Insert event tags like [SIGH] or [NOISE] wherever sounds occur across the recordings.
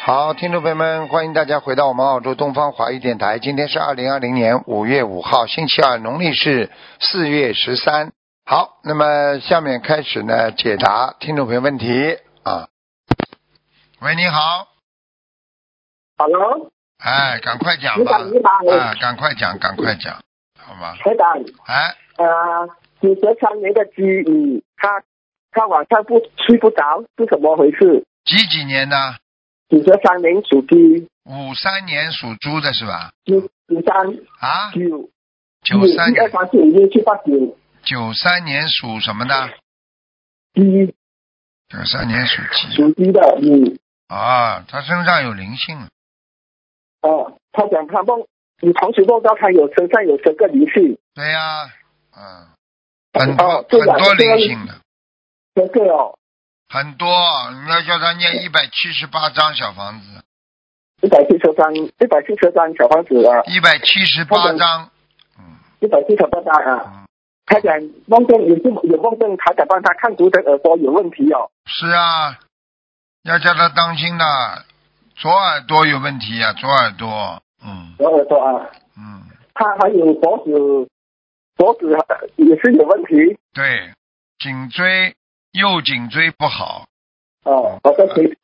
好，听众朋友们，欢迎大家回到我们澳洲东方华语电台。今天是二零二零年五月五号，星期二，农历是四月十三。好，那么下面开始呢，解答听众朋友问题啊。喂，你好， Hello，哎，赶快讲你吧好，，你好，啊，赶快讲，赶快讲，好吗？台长，哎，呃，你得肠炎的鸡，嗯，它它晚上不睡不着，是怎么回事？几几年的？你得肠炎属鸡，五三年属猪的是吧？九九三啊，九九三一二年，三四五六七八九九三年属什么的？鸡九三年属鸡属鸡的，嗯，啊，他身上有灵性了。哦，他讲他梦，你同时梦到他有身上有整个灵性，对呀、嗯，很多、哦很对呀多这个灵性的，这个哦，很多，你要叫他念一百七十八张小房子，一百七十三一百七十三小房子啊，一百七十八张，嗯，一百七十八张啊嗯。他讲梦见有这么有梦见，他想帮他看图的耳朵有问题哦。是啊，要叫他当心的，左耳朵有问题呀、左耳朵，嗯我耳朵啊，嗯，他还有脖子，脖子呃也是有问题。对，颈椎右颈椎不好，哦，好像腿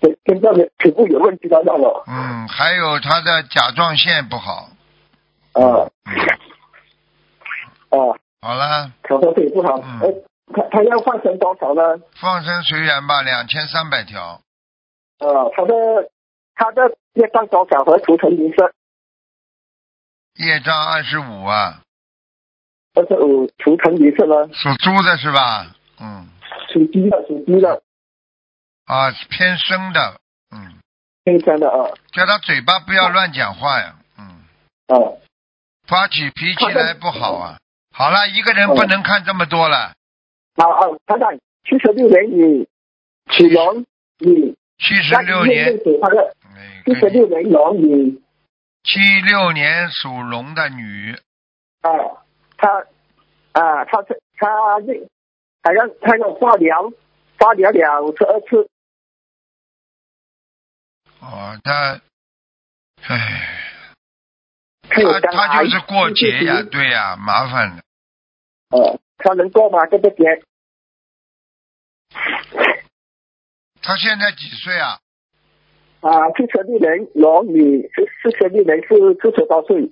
腿跟这里腿部有问题到那了。嗯，还有他的甲状腺不好，啊啊，好了，可能腿不好。嗯呃，他他要换成多少呢？放生随缘吧，两千三百条，啊，他的他的业障多少和图腾颜色？业障二十五啊。二十五图腾颜色呢？属猪的是吧？嗯，属鸡的，属鸡的，啊，偏生的，嗯，黑山的啊叫他嘴巴不要乱讲话呀，嗯，啊发起脾气来不好啊。好了，一个人不能看这么多了，啊啊！他长，七十六年你属龙，你七十六那你念年哎念，给他的七十六年龙你。七六年属龙的女，啊，他啊，他是他那好像他有化疗，化疗了十二次，哦，她，唉，他有她肝她癌。就是过节呀、嗯对呀、麻烦的，呃，他能过吗？这个节？她现在几岁啊？啊，四十六人，龙女，四十六人是四十多岁，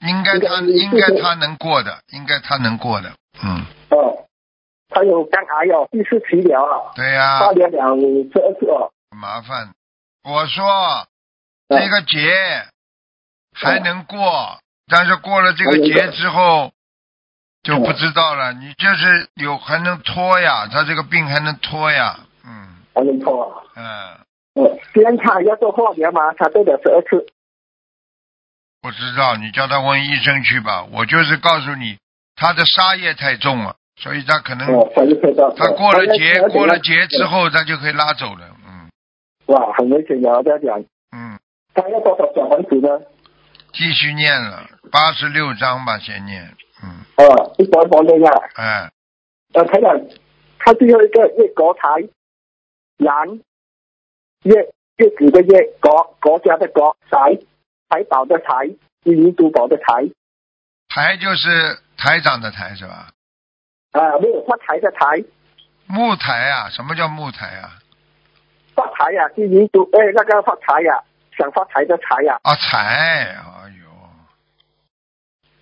应该她应应该该她能过的，应该她能过的，嗯，哦、他有肝癌哦，第四期了啊，对呀、化疗了十二次哦，麻烦。我说啊这个节还能过，但是过了这个节之后就不知道了。你就是有还能拖呀，他这个病还能拖呀。嗯还能过啊。嗯，呃，虽然他要做化疗嘛，他做了十二次，不知道，你叫他问医生去吧。我就是告诉你，他的杀业太重了，所以他可能哦，他就知道。他过了节，他过了节之，后他就可以拉走了。嗯哇，很危险的，这样讲。嗯，他要多少小房子呢？继续念了八十六章吧，先念。嗯呃，一般般的呀。哎，呃，台长，他最后一个越国台，南，越越子的越国国家的国财，财宝的财，金银珠宝的财，台就是台长的台是吧？啊、没有发财的财，木台啊，什么叫木台啊？发财呀、金银珠，哎，那个发财呀、想发财的财呀、啊财，哎呦，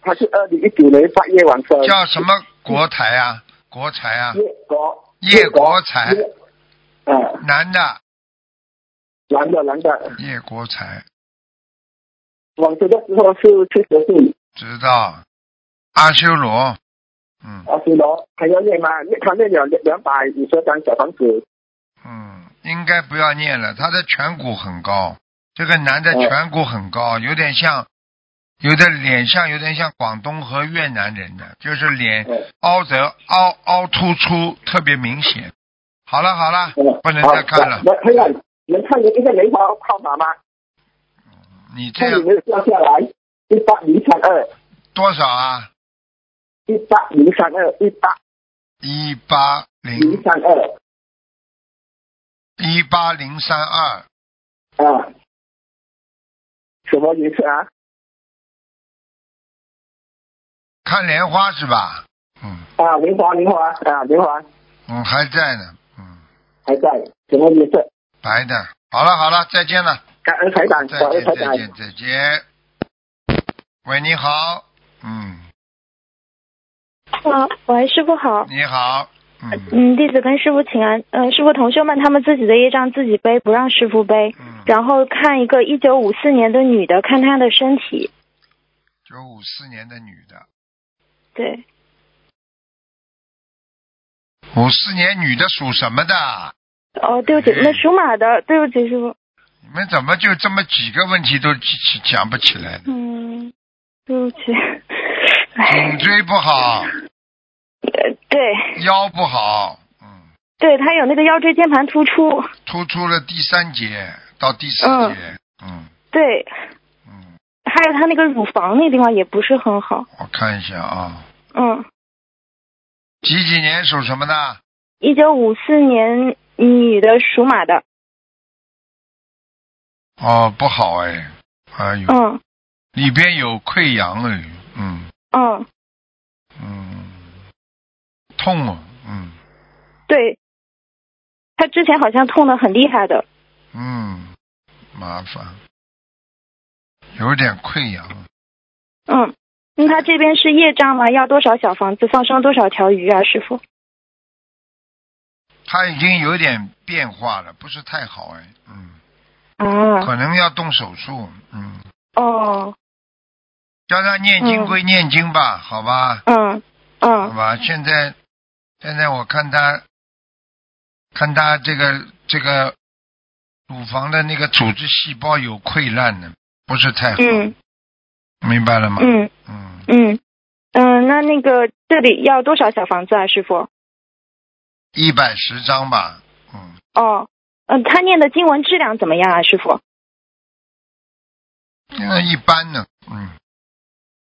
他是二零一九年八月晚生，叫什么国台啊？国财啊？越国叶国才，越啊，男的男的男的，叶国才，往生的时候是七十岁，知道？阿修罗，嗯二十罗还要念吗？念他念了两两百五十张小房子。嗯，应该不要念了，他的颧骨很高，这个男的颧骨很高，有点像，有的脸像有点像广东和越南人的，就是脸嗯凹着凹凹突出，特别明显。好了好了，嗯不能再看了。能看了，能看见一个雷华号码吗？你这看样有没有掉下来？一八零三二，多少啊？一八零三二，一八一八零零三二，一八零三二，嗯啊，什么颜色啊？看莲花是吧？嗯啊，莲花，莲花啊，莲花嗯，还在呢，嗯，还在，什么颜色？白的。好了好了，再见了，感恩台长，再感恩见台再长。见再见。喂，你好，嗯，啊，喂，师傅好。你好，嗯嗯，弟子跟师傅请安。呃，师傅同修们他们自己的业障自己背，不让师傅背。嗯，然后看一个一九五四年的女的，看她的身体。九五四年的女的，对，五四年女的属什么的？哦，对不起，那属马的，对不起，师傅。你们怎么就这么几个问题都记起讲不起来呢？嗯，对不起。颈哎，椎不好，呃对，腰不好，嗯，对，她有那个腰椎间盘突出。突出了第三节到第四节，嗯对，嗯，还有她那个乳房那地方也不是很好。我看一下啊，嗯，几几年属什么的？一九五四年女的属马的。哦，不好哎，哎呦，嗯里边有溃疡哎，嗯嗯，嗯，痛啊，嗯对，她之前好像痛的很厉害的。嗯，麻烦，有点溃疡，嗯，那他这边是业障吗？要多少小房子放生多少条鱼啊，师傅？它已经有点变化了，不是太好哎，嗯，啊，可能要动手术，嗯。哦，叫他念经嗯归念经吧，好吧，嗯好嗯吧。现在，现在我看他，看他这个这个乳房的那个组织细胞有溃烂呢，不是太好，嗯明白了吗？嗯嗯嗯嗯，那那个这里要多少小房子啊，师傅？一百十张吧，嗯，哦，嗯，他念的经文质量怎么样啊，师傅？现在一般呢，嗯，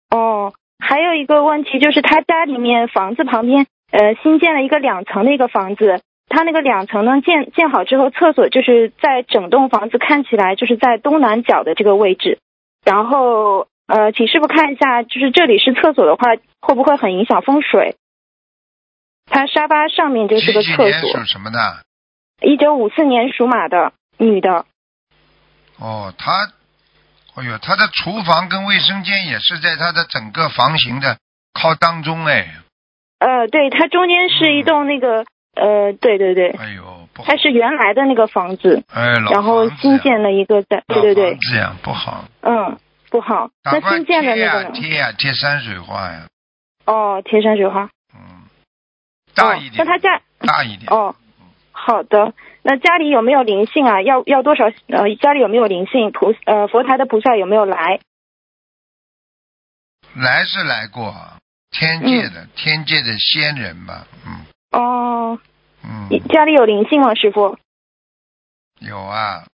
哦，还有一个问题就是他家里面房子旁边呃新建了一个两层的一个房子。他那个两层呢，建建好之后，厕所就是在整栋房子看起来就是在东南角的这个位置。然后呃，请师傅看一下，就是这里是厕所的话，会不会很影响风水？他沙发上面就几是个几厕年属所。什么的？一九五四年属马的女的。哦，他，哎呦，他的厨房跟卫生间也是在他的整个房型的靠当中哎，呃，对，它中间是一栋那个呃，对对对，哎呦，不好它，是原来的那个房子。哎，老然后房子新呀建了一个在，对对对，这样不好。嗯，不好。那赶快新建的贴那呀个呢？贴呀贴山水画呀，哦，天山水画。嗯，大一点，哦、那他家大一点，哦，好的。那家里有没有灵性啊？要要多少？呃，家里有没有灵性？菩呃佛台的菩萨有没有来？来是来过啊，天界嗯的、天界的仙人嘛，嗯哦，你嗯，家里有灵性吗，师傅？有啊，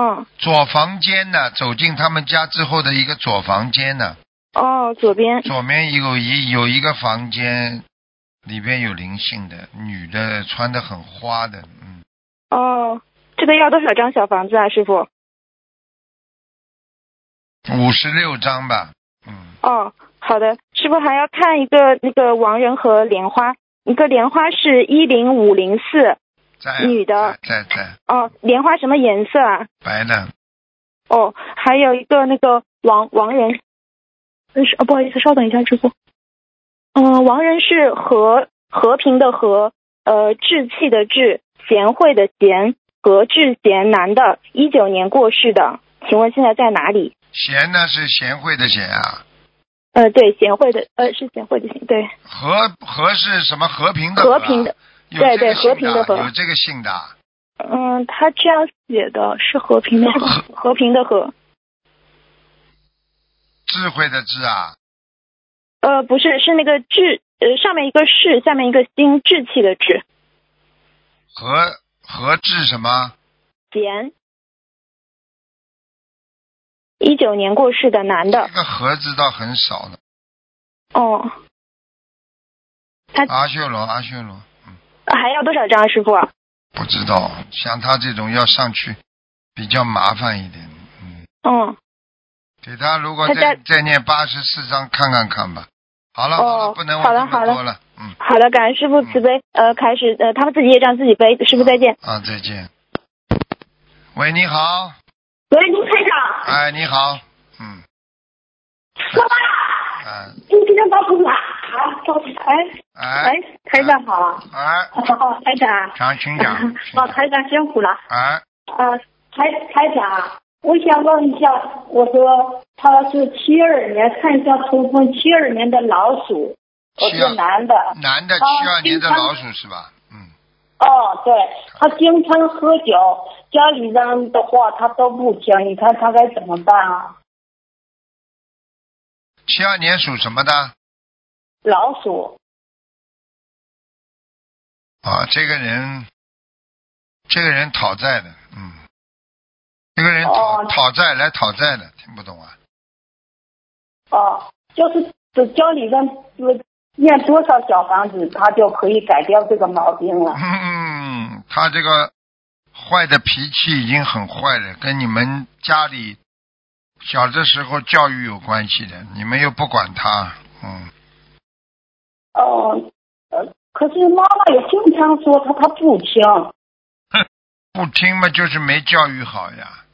嗯，左房间呢，走进他们家之后的一个左房间呢，哦，左边，左面有一有一个房间，里边有灵性的女的，穿的很花的，嗯，哦，这个要多少张小房子啊，师傅？五十六张吧，嗯，哦，好的，师傅还要看一个那个亡人和莲花，一个莲花是一零五零四，在啊女的在在在哦，莲花什么颜色啊？白的，哦，还有一个那个王王仁，呃是哦，不好意思，稍等一下，师傅。嗯、王仁是和和平的和，呃，志气的志，贤惠的贤，何志贤，男的，一九年过世的，请问现在在哪里？贤呢是贤惠的贤啊。呃，对，贤惠的，呃，是贤惠的贤，对，和和是什么和平的和平的，有这个对对姓和平的和有这个姓的啊，嗯、他这样写的是和平的和，和平的和，智慧的智啊，呃，不是，是那个志，呃，上面一个士，下面一个心，志气的志，和和智什么？简，一九年过世的男这的，个和字倒很少呢。哦，阿修罗，阿修罗，还要多少张，师傅？不知道，像他这种要上去比较麻烦一点。嗯，给他如果他再在再念八十四章看看看吧。好了，哦好了不能问好了这么好了多了，嗯好的，感恩师傅慈悲。呃，开始呃，他们自己业障自己背。师傅再见。啊，再见。喂，你好，喂，卢台长，哎，你好，嗯，妈妈，哎你今天到不哪？啊，到哎哎哎，台长好，哎，哦，台长，常请 [LAUGHS] 讲，请老讲，台长辛苦了。哎，啊，台台长，我想问一下，我说他是七二年，看一下图腾，七二年的老鼠，我72哦是男的。男的啊七二年经的常老鼠是吧？嗯，哦，对，他经常喝酒，家里人的话他都不听，你看他该怎么办啊？七二年属什么的？老鼠，啊，这个人，这个人讨债的，嗯，这个人讨、哦讨债来讨债的，听不懂啊？哦，啊就是只家里人呃念多少小房子，他就可以改掉这个毛病了。嗯，他这个坏的脾气已经很坏了，跟你们家里小的时候教育有关系的，你们又不管他，嗯，哦，呃，可是妈妈也经常说他，他不听。不听嘛，就是没教育好呀，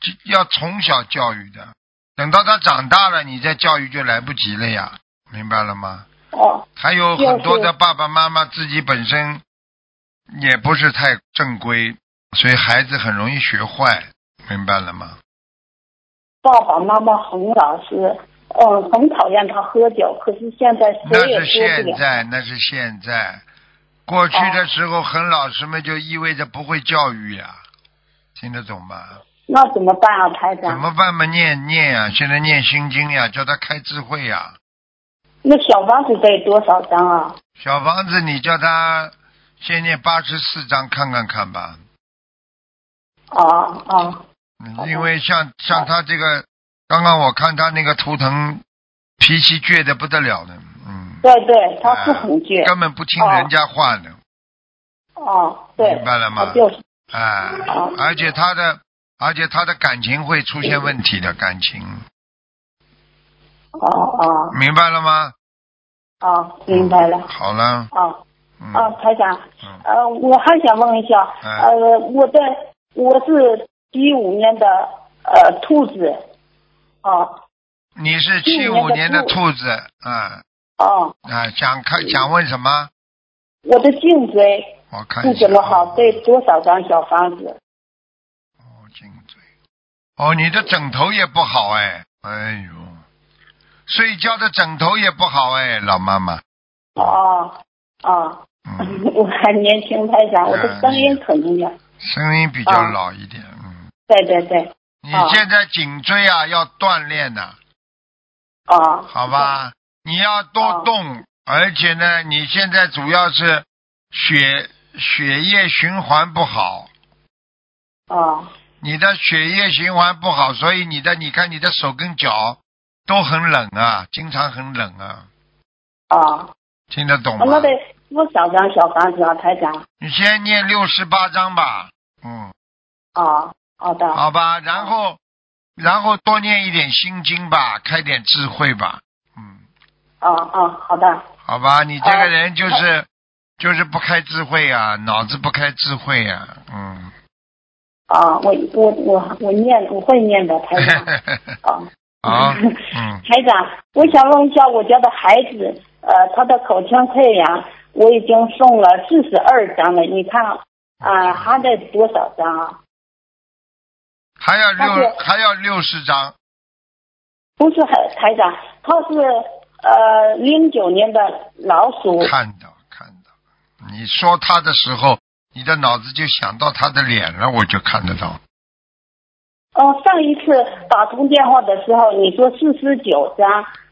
这要从小教育的，等到他长大了，你再教育就来不及了呀，明白了吗？哦，还有很多的爸爸妈妈自己本身也不是太正规，所以孩子很容易学坏，明白了吗？爸爸妈妈很老实，嗯，很讨厌他喝酒，可是现在那谁也是说不现了。哦在，那是现在。过去的时候很老实嘛，就意味着不会教育呀、听得懂吗？那怎么办啊，台怎长？么办嘛？念念呀、现在念心经呀、叫他开智慧呀、那小房子得多少张啊？小房子，你叫他先念八十四章看看看吧。啊啊嗯，因为像像他这个，刚刚我看他那个图腾，脾气倔得不得了的，嗯，对对，他是很倔。根本不听人家话的，哦，对，明白了吗他就是哎哦，而且他的，而且他的感情会出现问题的，感情，哦哦明白了吗？哦，明白了。好了，哦哦，嗯，台长嗯，呃，我还想问一下，嗯呃，我的我是一五年的呃兔子，哦你是七五年的兔子，啊哦，啊，想看想问什么？我的颈椎我看一不下怎么啊好，得多少张小房子？哦，颈椎。哦，你的枕头也不好哎，哎呦，睡觉的枕头也不好哎，老妈妈。哦哦，嗯， [LAUGHS] 哎我还年轻，台长，我的声音肯定要，声音比较老一点。嗯，对对对，你哦现在颈椎啊要锻炼的、哦，好吧？你要多哦动，而且呢，你现在主要是血血液循环不好，哦你的血液循环不好，所以你的你看你的手跟脚都很冷啊，经常很冷啊，哦，听得懂吗？那得多少张小房子啊，台长？你先念六十八章吧，嗯，哦，好的，好吧，然后，然后多念一点心经吧，开点智慧吧，嗯，哦哦，好的，好吧，你这个好人就是、就是不开智慧啊，脑子不开智慧啊，嗯，哦，我我我我念我会念的，台 [LAUGHS] 长，哦。好，嗯，台长，我想问一下，我家的孩子，呃，他的口腔溃疡，我已经送了四十二张了，你看啊、还得多少张啊？还要但六是还要六十章，不是台台长，他是呃零九年的老鼠，嗯看到看到，你说他的时候，你的脑子就想到他的脸了，我就看得到，哦、上一次打通电话的时候你说四十九张，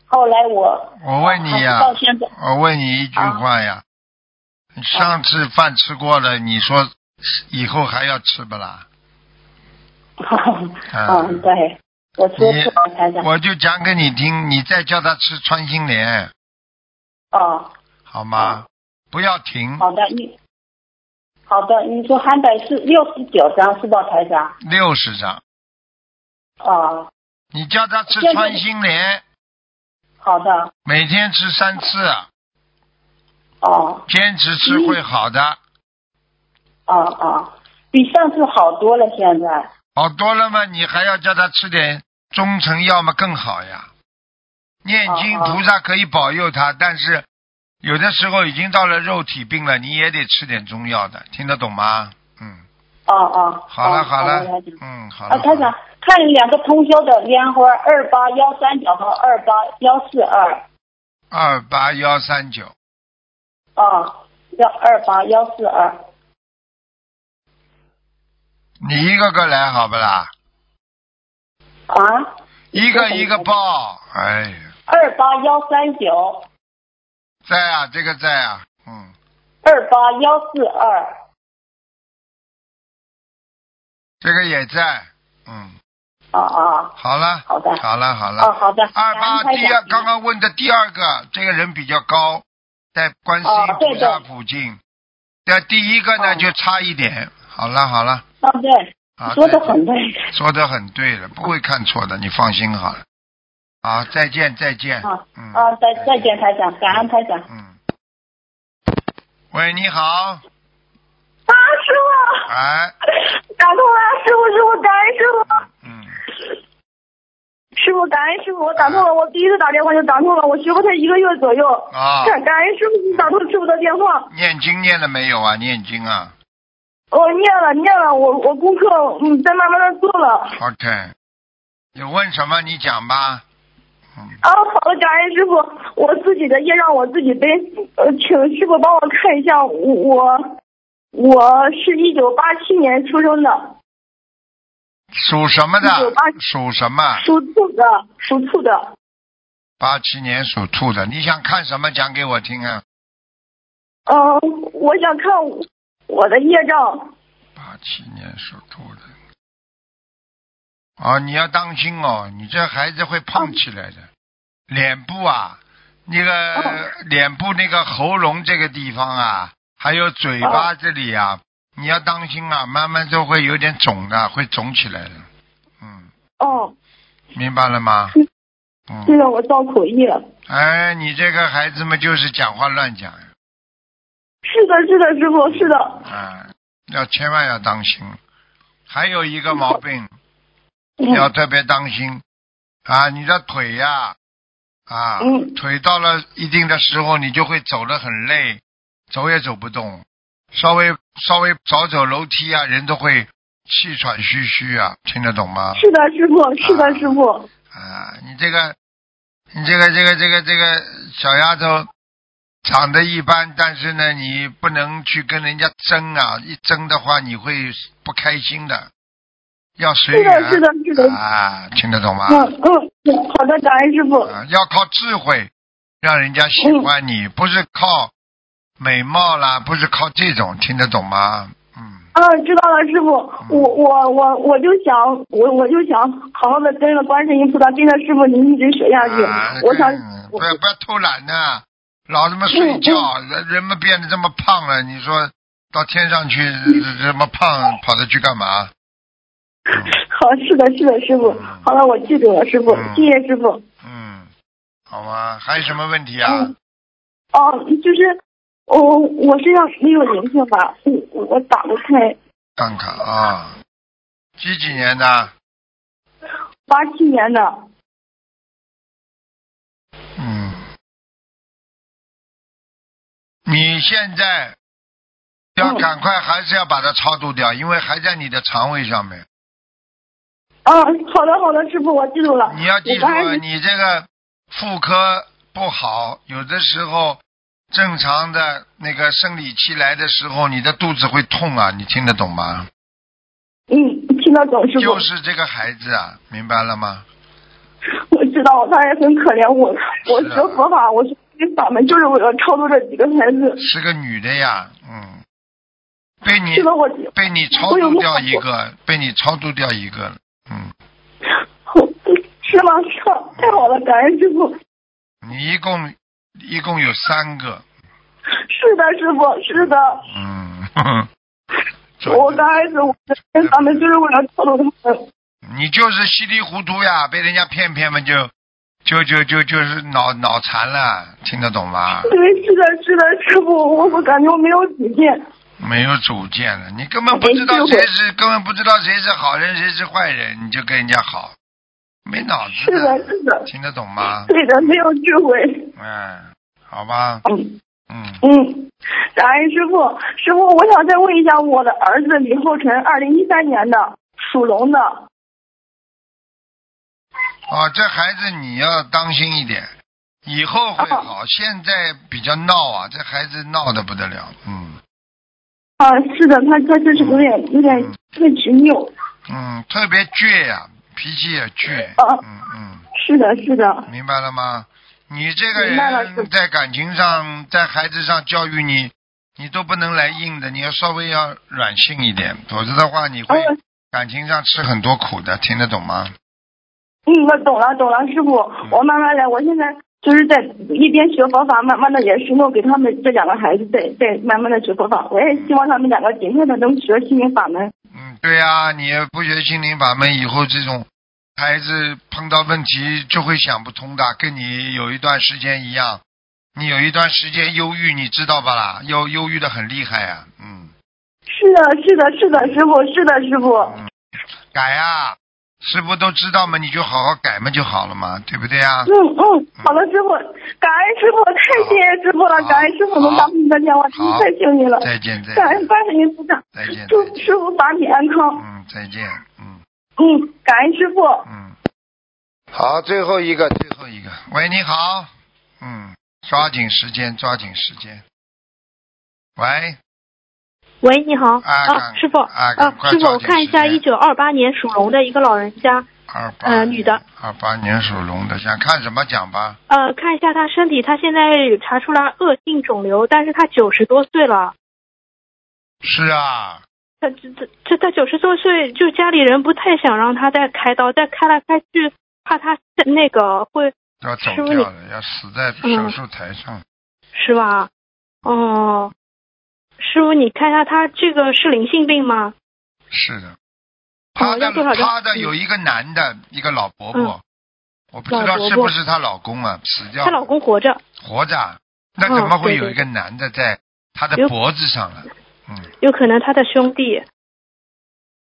后来我我问你啊还是呀、到现在我问你一句话呀，上次饭吃过了，你说以后还要吃不啦？啊嗯，哦对，我说错了，台长，我就讲给你听，你再叫他吃穿心莲，哦，好吗？不要停，好的，你好的，你说还得是六十九张是吧，台长？六十张。哦，你叫他吃现在穿心莲，好的，每天吃三次，啊哦坚持吃会好的，哦哦，比上次好多了，现在。好哦多了嘛。你还要叫他吃点中成药嘛，更好呀。念经哦哦菩萨可以保佑他，但是有的时候已经到了肉体病了，你也得吃点中药的，听得懂吗？嗯，哦哦，好了哦好了台长，嗯，好啊，了。台长好了，看两个通宵的莲花二八幺三九和二八幺四二，二八幺三九，哦，幺二八幺四二，你一个个来好不啦？啊，一个一个报，哎呀，二八幺三九，在啊，这个在啊，嗯，二八幺四二，这个也在，嗯，啊啊，好了，好的好了，好哦，了。好的，二感恩八台第长二，刚刚问的第二个，这个人比较高，在观世音哦对菩萨对附近。那第一个呢，哦就差一点。好了，好了，啊对，啊，说的再见很对，说的很对了，不会看错的，你放心好了。好，再见，再见。啊嗯，啊，再再见，台长，感恩台长。嗯。喂，你好，啊，师傅，哎，打通了，师傅，师傅，感恩师傅，嗯，师傅，感恩师傅，我打通了，嗯我第一次打电话就打通了，我学过才一个月左右，啊，感感恩师傅，你打通师傅的电话，念经念了没有啊？念经啊我念了念了，我我功课嗯在慢慢的做了， ，OK。有问什么你讲吧。嗯，啊，好的，感恩师傅，我自己的业让我自己背，呃，请师傅帮我看一下，我我是一九八七年出生的，属什么的1987？属什么？属兔的，属兔的。八七年属兔的。你想看什么？讲给我听啊。嗯，我想看我的业障。八七年属兔的。哦，你要当心哦，你这孩子会胖起来的，脸部啊，那个、脸部那个喉咙这个地方啊，还有嘴巴这里啊，你要当心啊，慢慢都会有点肿的，会肿起来的。嗯，哦，明白了吗？这嗯，个我造口业。哎，你这个孩子们就是讲话乱讲啊呀，是的，是的，师傅，是的。啊，要千万要当心。还有一个毛病，嗯要特别当心啊！你的腿呀、啊，嗯腿到了一定的时候，你就会走得很累，走也走不动，稍微稍微早走楼梯啊，人都会气喘吁吁啊，听得懂吗？是的，师傅，是的，师傅。啊，你这个，你这个这个这个这个小丫头长得一般，但是呢，你不能去跟人家争啊，一争的话你会不开心的，要随是缘。的，是的，是的。啊，听得懂吗？嗯嗯，好的，感恩师傅。啊，要靠智慧让人家喜欢你，不是靠美貌啦，不是靠这种，听得懂吗？嗯，啊，知道了，师傅。我我我我就想，我我就想好好的跟着观世音菩萨，跟着师傅您一直学下去。啊我想，嗯我嗯不要不要偷懒呐、老他妈睡觉，人人们变得这么胖了，你说到天上去嗯这这么胖，跑着去干嘛？ [LAUGHS] 好，是的，是的，师傅。好了，我记住了，师傅，嗯谢谢师傅。嗯，好吗？还有什么问题啊？嗯哦，就是我、我身上没有灵性吧？我我打不开。看看啊，几几年的？八七年的，哦嗯，你现在嗯要赶快，还是要把它超度掉，因为还在你的肠胃上面。啊，好的好的，师傅，我记住了。你要记我住刚开啊，始你这个妇科不好，有的时候正常的那个生理期来的时候，你的肚子会痛啊，你听得懂吗？嗯，听得懂师傅，就是这个孩子啊，明白了吗？我知道他也很可怜。我我是啊学佛法，我学这法门就是为了超度这几个孩子。是个女的呀，嗯，被你这个我被你超我有度梦掉想一过个，被你超度掉一个了，嗯。我是吗？是吗太好了，感恩师傅。你一共一共有三个，是的，师傅，是的。嗯，呵呵 [LAUGHS] 准我刚开始我跟他们就是为了套路他们，你就是稀里糊涂呀，被人家骗骗嘛，就就就就就是脑脑残了，听得懂吗？对，是的，是的，师傅，我我感觉我没有底见。没有主见了，你根本不知道谁是根本不知道谁是好人谁是坏人，你就跟人家好，没脑子是的，是的，听得懂吗？对的，没有智慧。嗯，好吧，嗯嗯，嗯，感恩师傅，师傅，我想再问一下，我的儿子李厚辰，二零一三年的，属龙的，啊哦，这孩子你要当心一点，以后会好，哦现在比较闹啊，这孩子闹得不得了，嗯啊，是的，他他就是有点有点太执拗。嗯，特别倔呀、脾气也倔，啊嗯嗯。是的，是 [LAUGHS] 的，明白了吗？你这个明白了师人傅在感情上、在孩子上教育你，你都不能来硬的，你要稍微要软性一点，否则的话你会嗯感情上吃很多苦的，听得懂吗？嗯，我懂了，懂了，师傅，嗯我慢慢来，我现在。就是在一边学佛法，慢慢的也是我给他们这两个孩子在在慢慢的学佛法，我也希望他们两个尽快的能学心灵法门。嗯，对呀、你也不学心灵法门，以后这种孩子碰到问题就会想不通的，跟你有一段时间一样，你有一段时间忧郁，你知道吧啦？忧忧郁的很厉害呀、嗯。是的，是的，是的，师傅，是的，师傅。啊改啊，师傅都知道嘛，你就好好改嘛就好了嘛，对不对啊？嗯嗯，好的，师傅，感恩师傅，太谢谢师傅了，好感恩师傅能打通你的电话，真好的太幸运了，再见，啊再感恩见，观世音菩萨，再见，再祝见，师傅法体安康，嗯，再见，嗯嗯，感恩师傅。嗯。好，最后一个，最后一个。喂，你好，嗯，抓紧时间，抓紧时间。喂，喂，你好，啊赶师傅，啊啊赶快师傅，抓我紧看一时下间一九二八年属龙的一个老人家，二八、呃女的，二八年属龙的，想看什么讲吧？呃，看一下他身体，他现在有查出来恶性肿瘤，但是他九十多岁了，是啊，他这这这他九十多岁，就家里人不太想让他再开刀，再开来开去，怕他那个会要走师傅掉了，要死在手术台上。是吧？哦，师傅，你看一下他这个是灵性病吗？是的，她的、嗯要多少张嗯她的有一个男的，一个老伯伯，我不知老道伯是伯不是她老公啊，死掉了。她老公活着，活着啊，那嗯怎么会对有对一个男的在他的有脖子上了？嗯，有可能他的兄弟，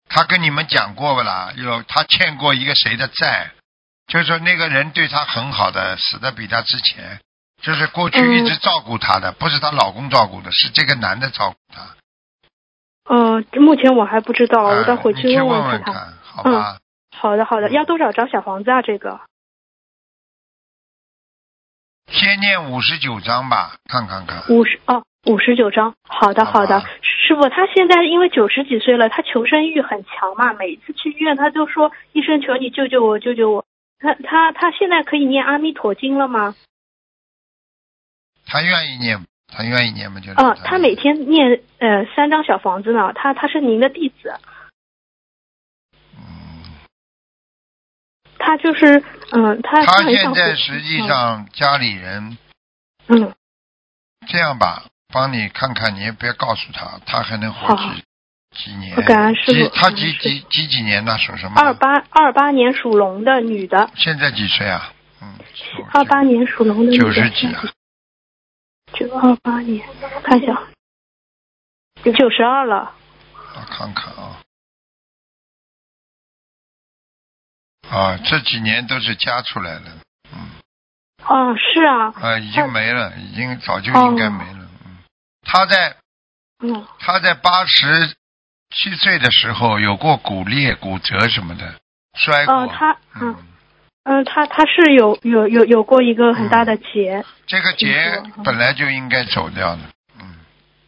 他跟你们讲过不啦？有他欠过一个谁的债，就是说那个人对他很好的，死的比他之前，就是过去一直照顾他的，不是她老公照顾的，是这个男的照顾她。嗯、目前我还不知道，嗯哦我再回你去去问问看嗯看，看。嗯好吧？好的，好的，要多少张小房子啊？这个先念五十九章吧，看看看。五十哦，五十九张。好的，啊好吧好的，师傅，他现在因为九十几岁了，他求生欲很强嘛，每次去医院他就说医生求你救救我，救救我。他他他现在可以念阿弥陀经了吗？他愿意念，他愿意念吗？就是嗯、他每天念呃三张小房子呢。他他是您的弟子，嗯他就是嗯、他他很现想在回实际上家里人嗯这样吧，帮你看看，你也别告诉他，他还能活好几几年？感恩师几傅他感恩几师几几几年呢？属什么？二。八二八年属龙的女的，现在几岁啊？嗯，九二八年属龙的女的九十几啊？九二八年，我看一下，九十二了。我看看啊。啊，这几年都是加出来的，啊，是啊，啊，已经没了，已经早就应该没了。嗯，他在嗯，他在八十七岁的时候有过骨裂、骨折什么的，摔过。呃，他，嗯，嗯。嗯嗯、他他是有有有有过一个很大的劫，这个节听说本来就应该走掉的。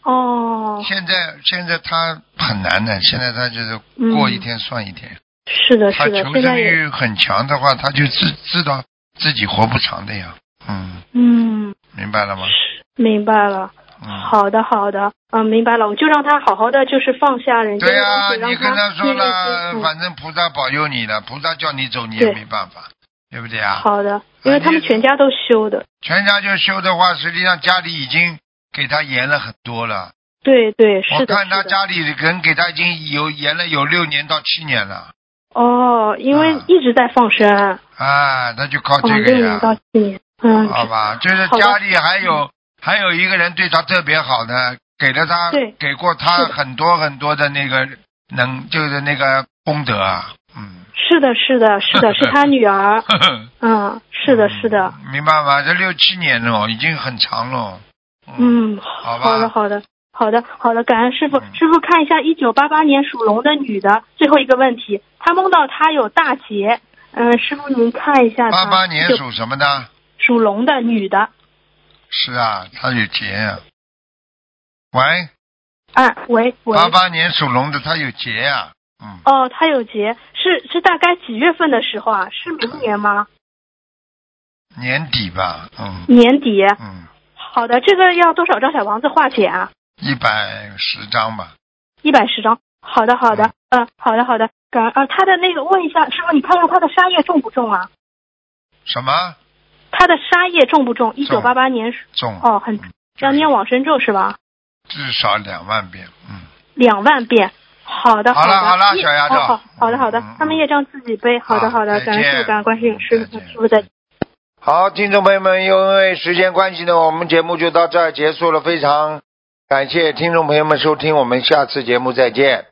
哦，现在现在他很难的，现在他就是过一天算一天。是的，他嗯是求的，现生在也，欲很强的话，他就知知道自己活不长的呀。嗯，嗯，明白了吗？明白了，嗯，好的，好的，嗯、明白了，我就让他好好的，就是放下人间对的呀、东西，让你跟他说面对了自，己反正菩萨保佑你了，菩萨叫你走你也嗯对没办法，对不对嗯啊？好的，因为他们全家都修的，全家就修的话，实际上家里已经给他严了很多了，对对，是的。我看他是的家里人给他已经有延了有六年到七年了，哦，因为啊一直在放生，啊，啊，他就靠这六个年呀，哦到七年，嗯，好吧，就是好的家里还有还有一个人对他特别好的，给了他对给过他是的很多很多的那个能就是那个功德啊，嗯，是的，是的，是 [LAUGHS] 的，是他女儿，呵呵嗯，是的，是的，， [LAUGHS] 明白吗？这六七年了，已经很长了，嗯，好吧好的，好的，好的，好的，感恩师傅。嗯师傅看一下一九八八年属龙的女的最后一个问题，她梦到她有大劫，嗯，师傅您看一下她八八年19属什么的？属龙的女的，是啊，他有劫啊。喂，啊，喂喂，八八年属龙的他有劫啊，嗯，哦，她有劫，是是大概几月份的时候啊？是明年吗？年底吧，嗯年底。嗯，好的，这个要多少张小王子化解啊？一百十张吧，一百十张。好的，好的，嗯，好的，好的。感恩啊，他的那个问一下师傅，你看看他的沙叶重不重啊？什么他的沙叶重不重？一九八八年属中？哦，很要念往生咒是吧？至少两万遍，嗯。两万遍。好的，好的，了好了一小丫头哦好，好的，好的嗯嗯，他们业障自己背。好的，好好的，再感恩师见傅，感恩观世音师再傅，见师傅再见。好，听众朋友们，因为时间关系呢，我们节目就到这儿结束了。非常感谢听众朋友们收听，我们下次节目再见。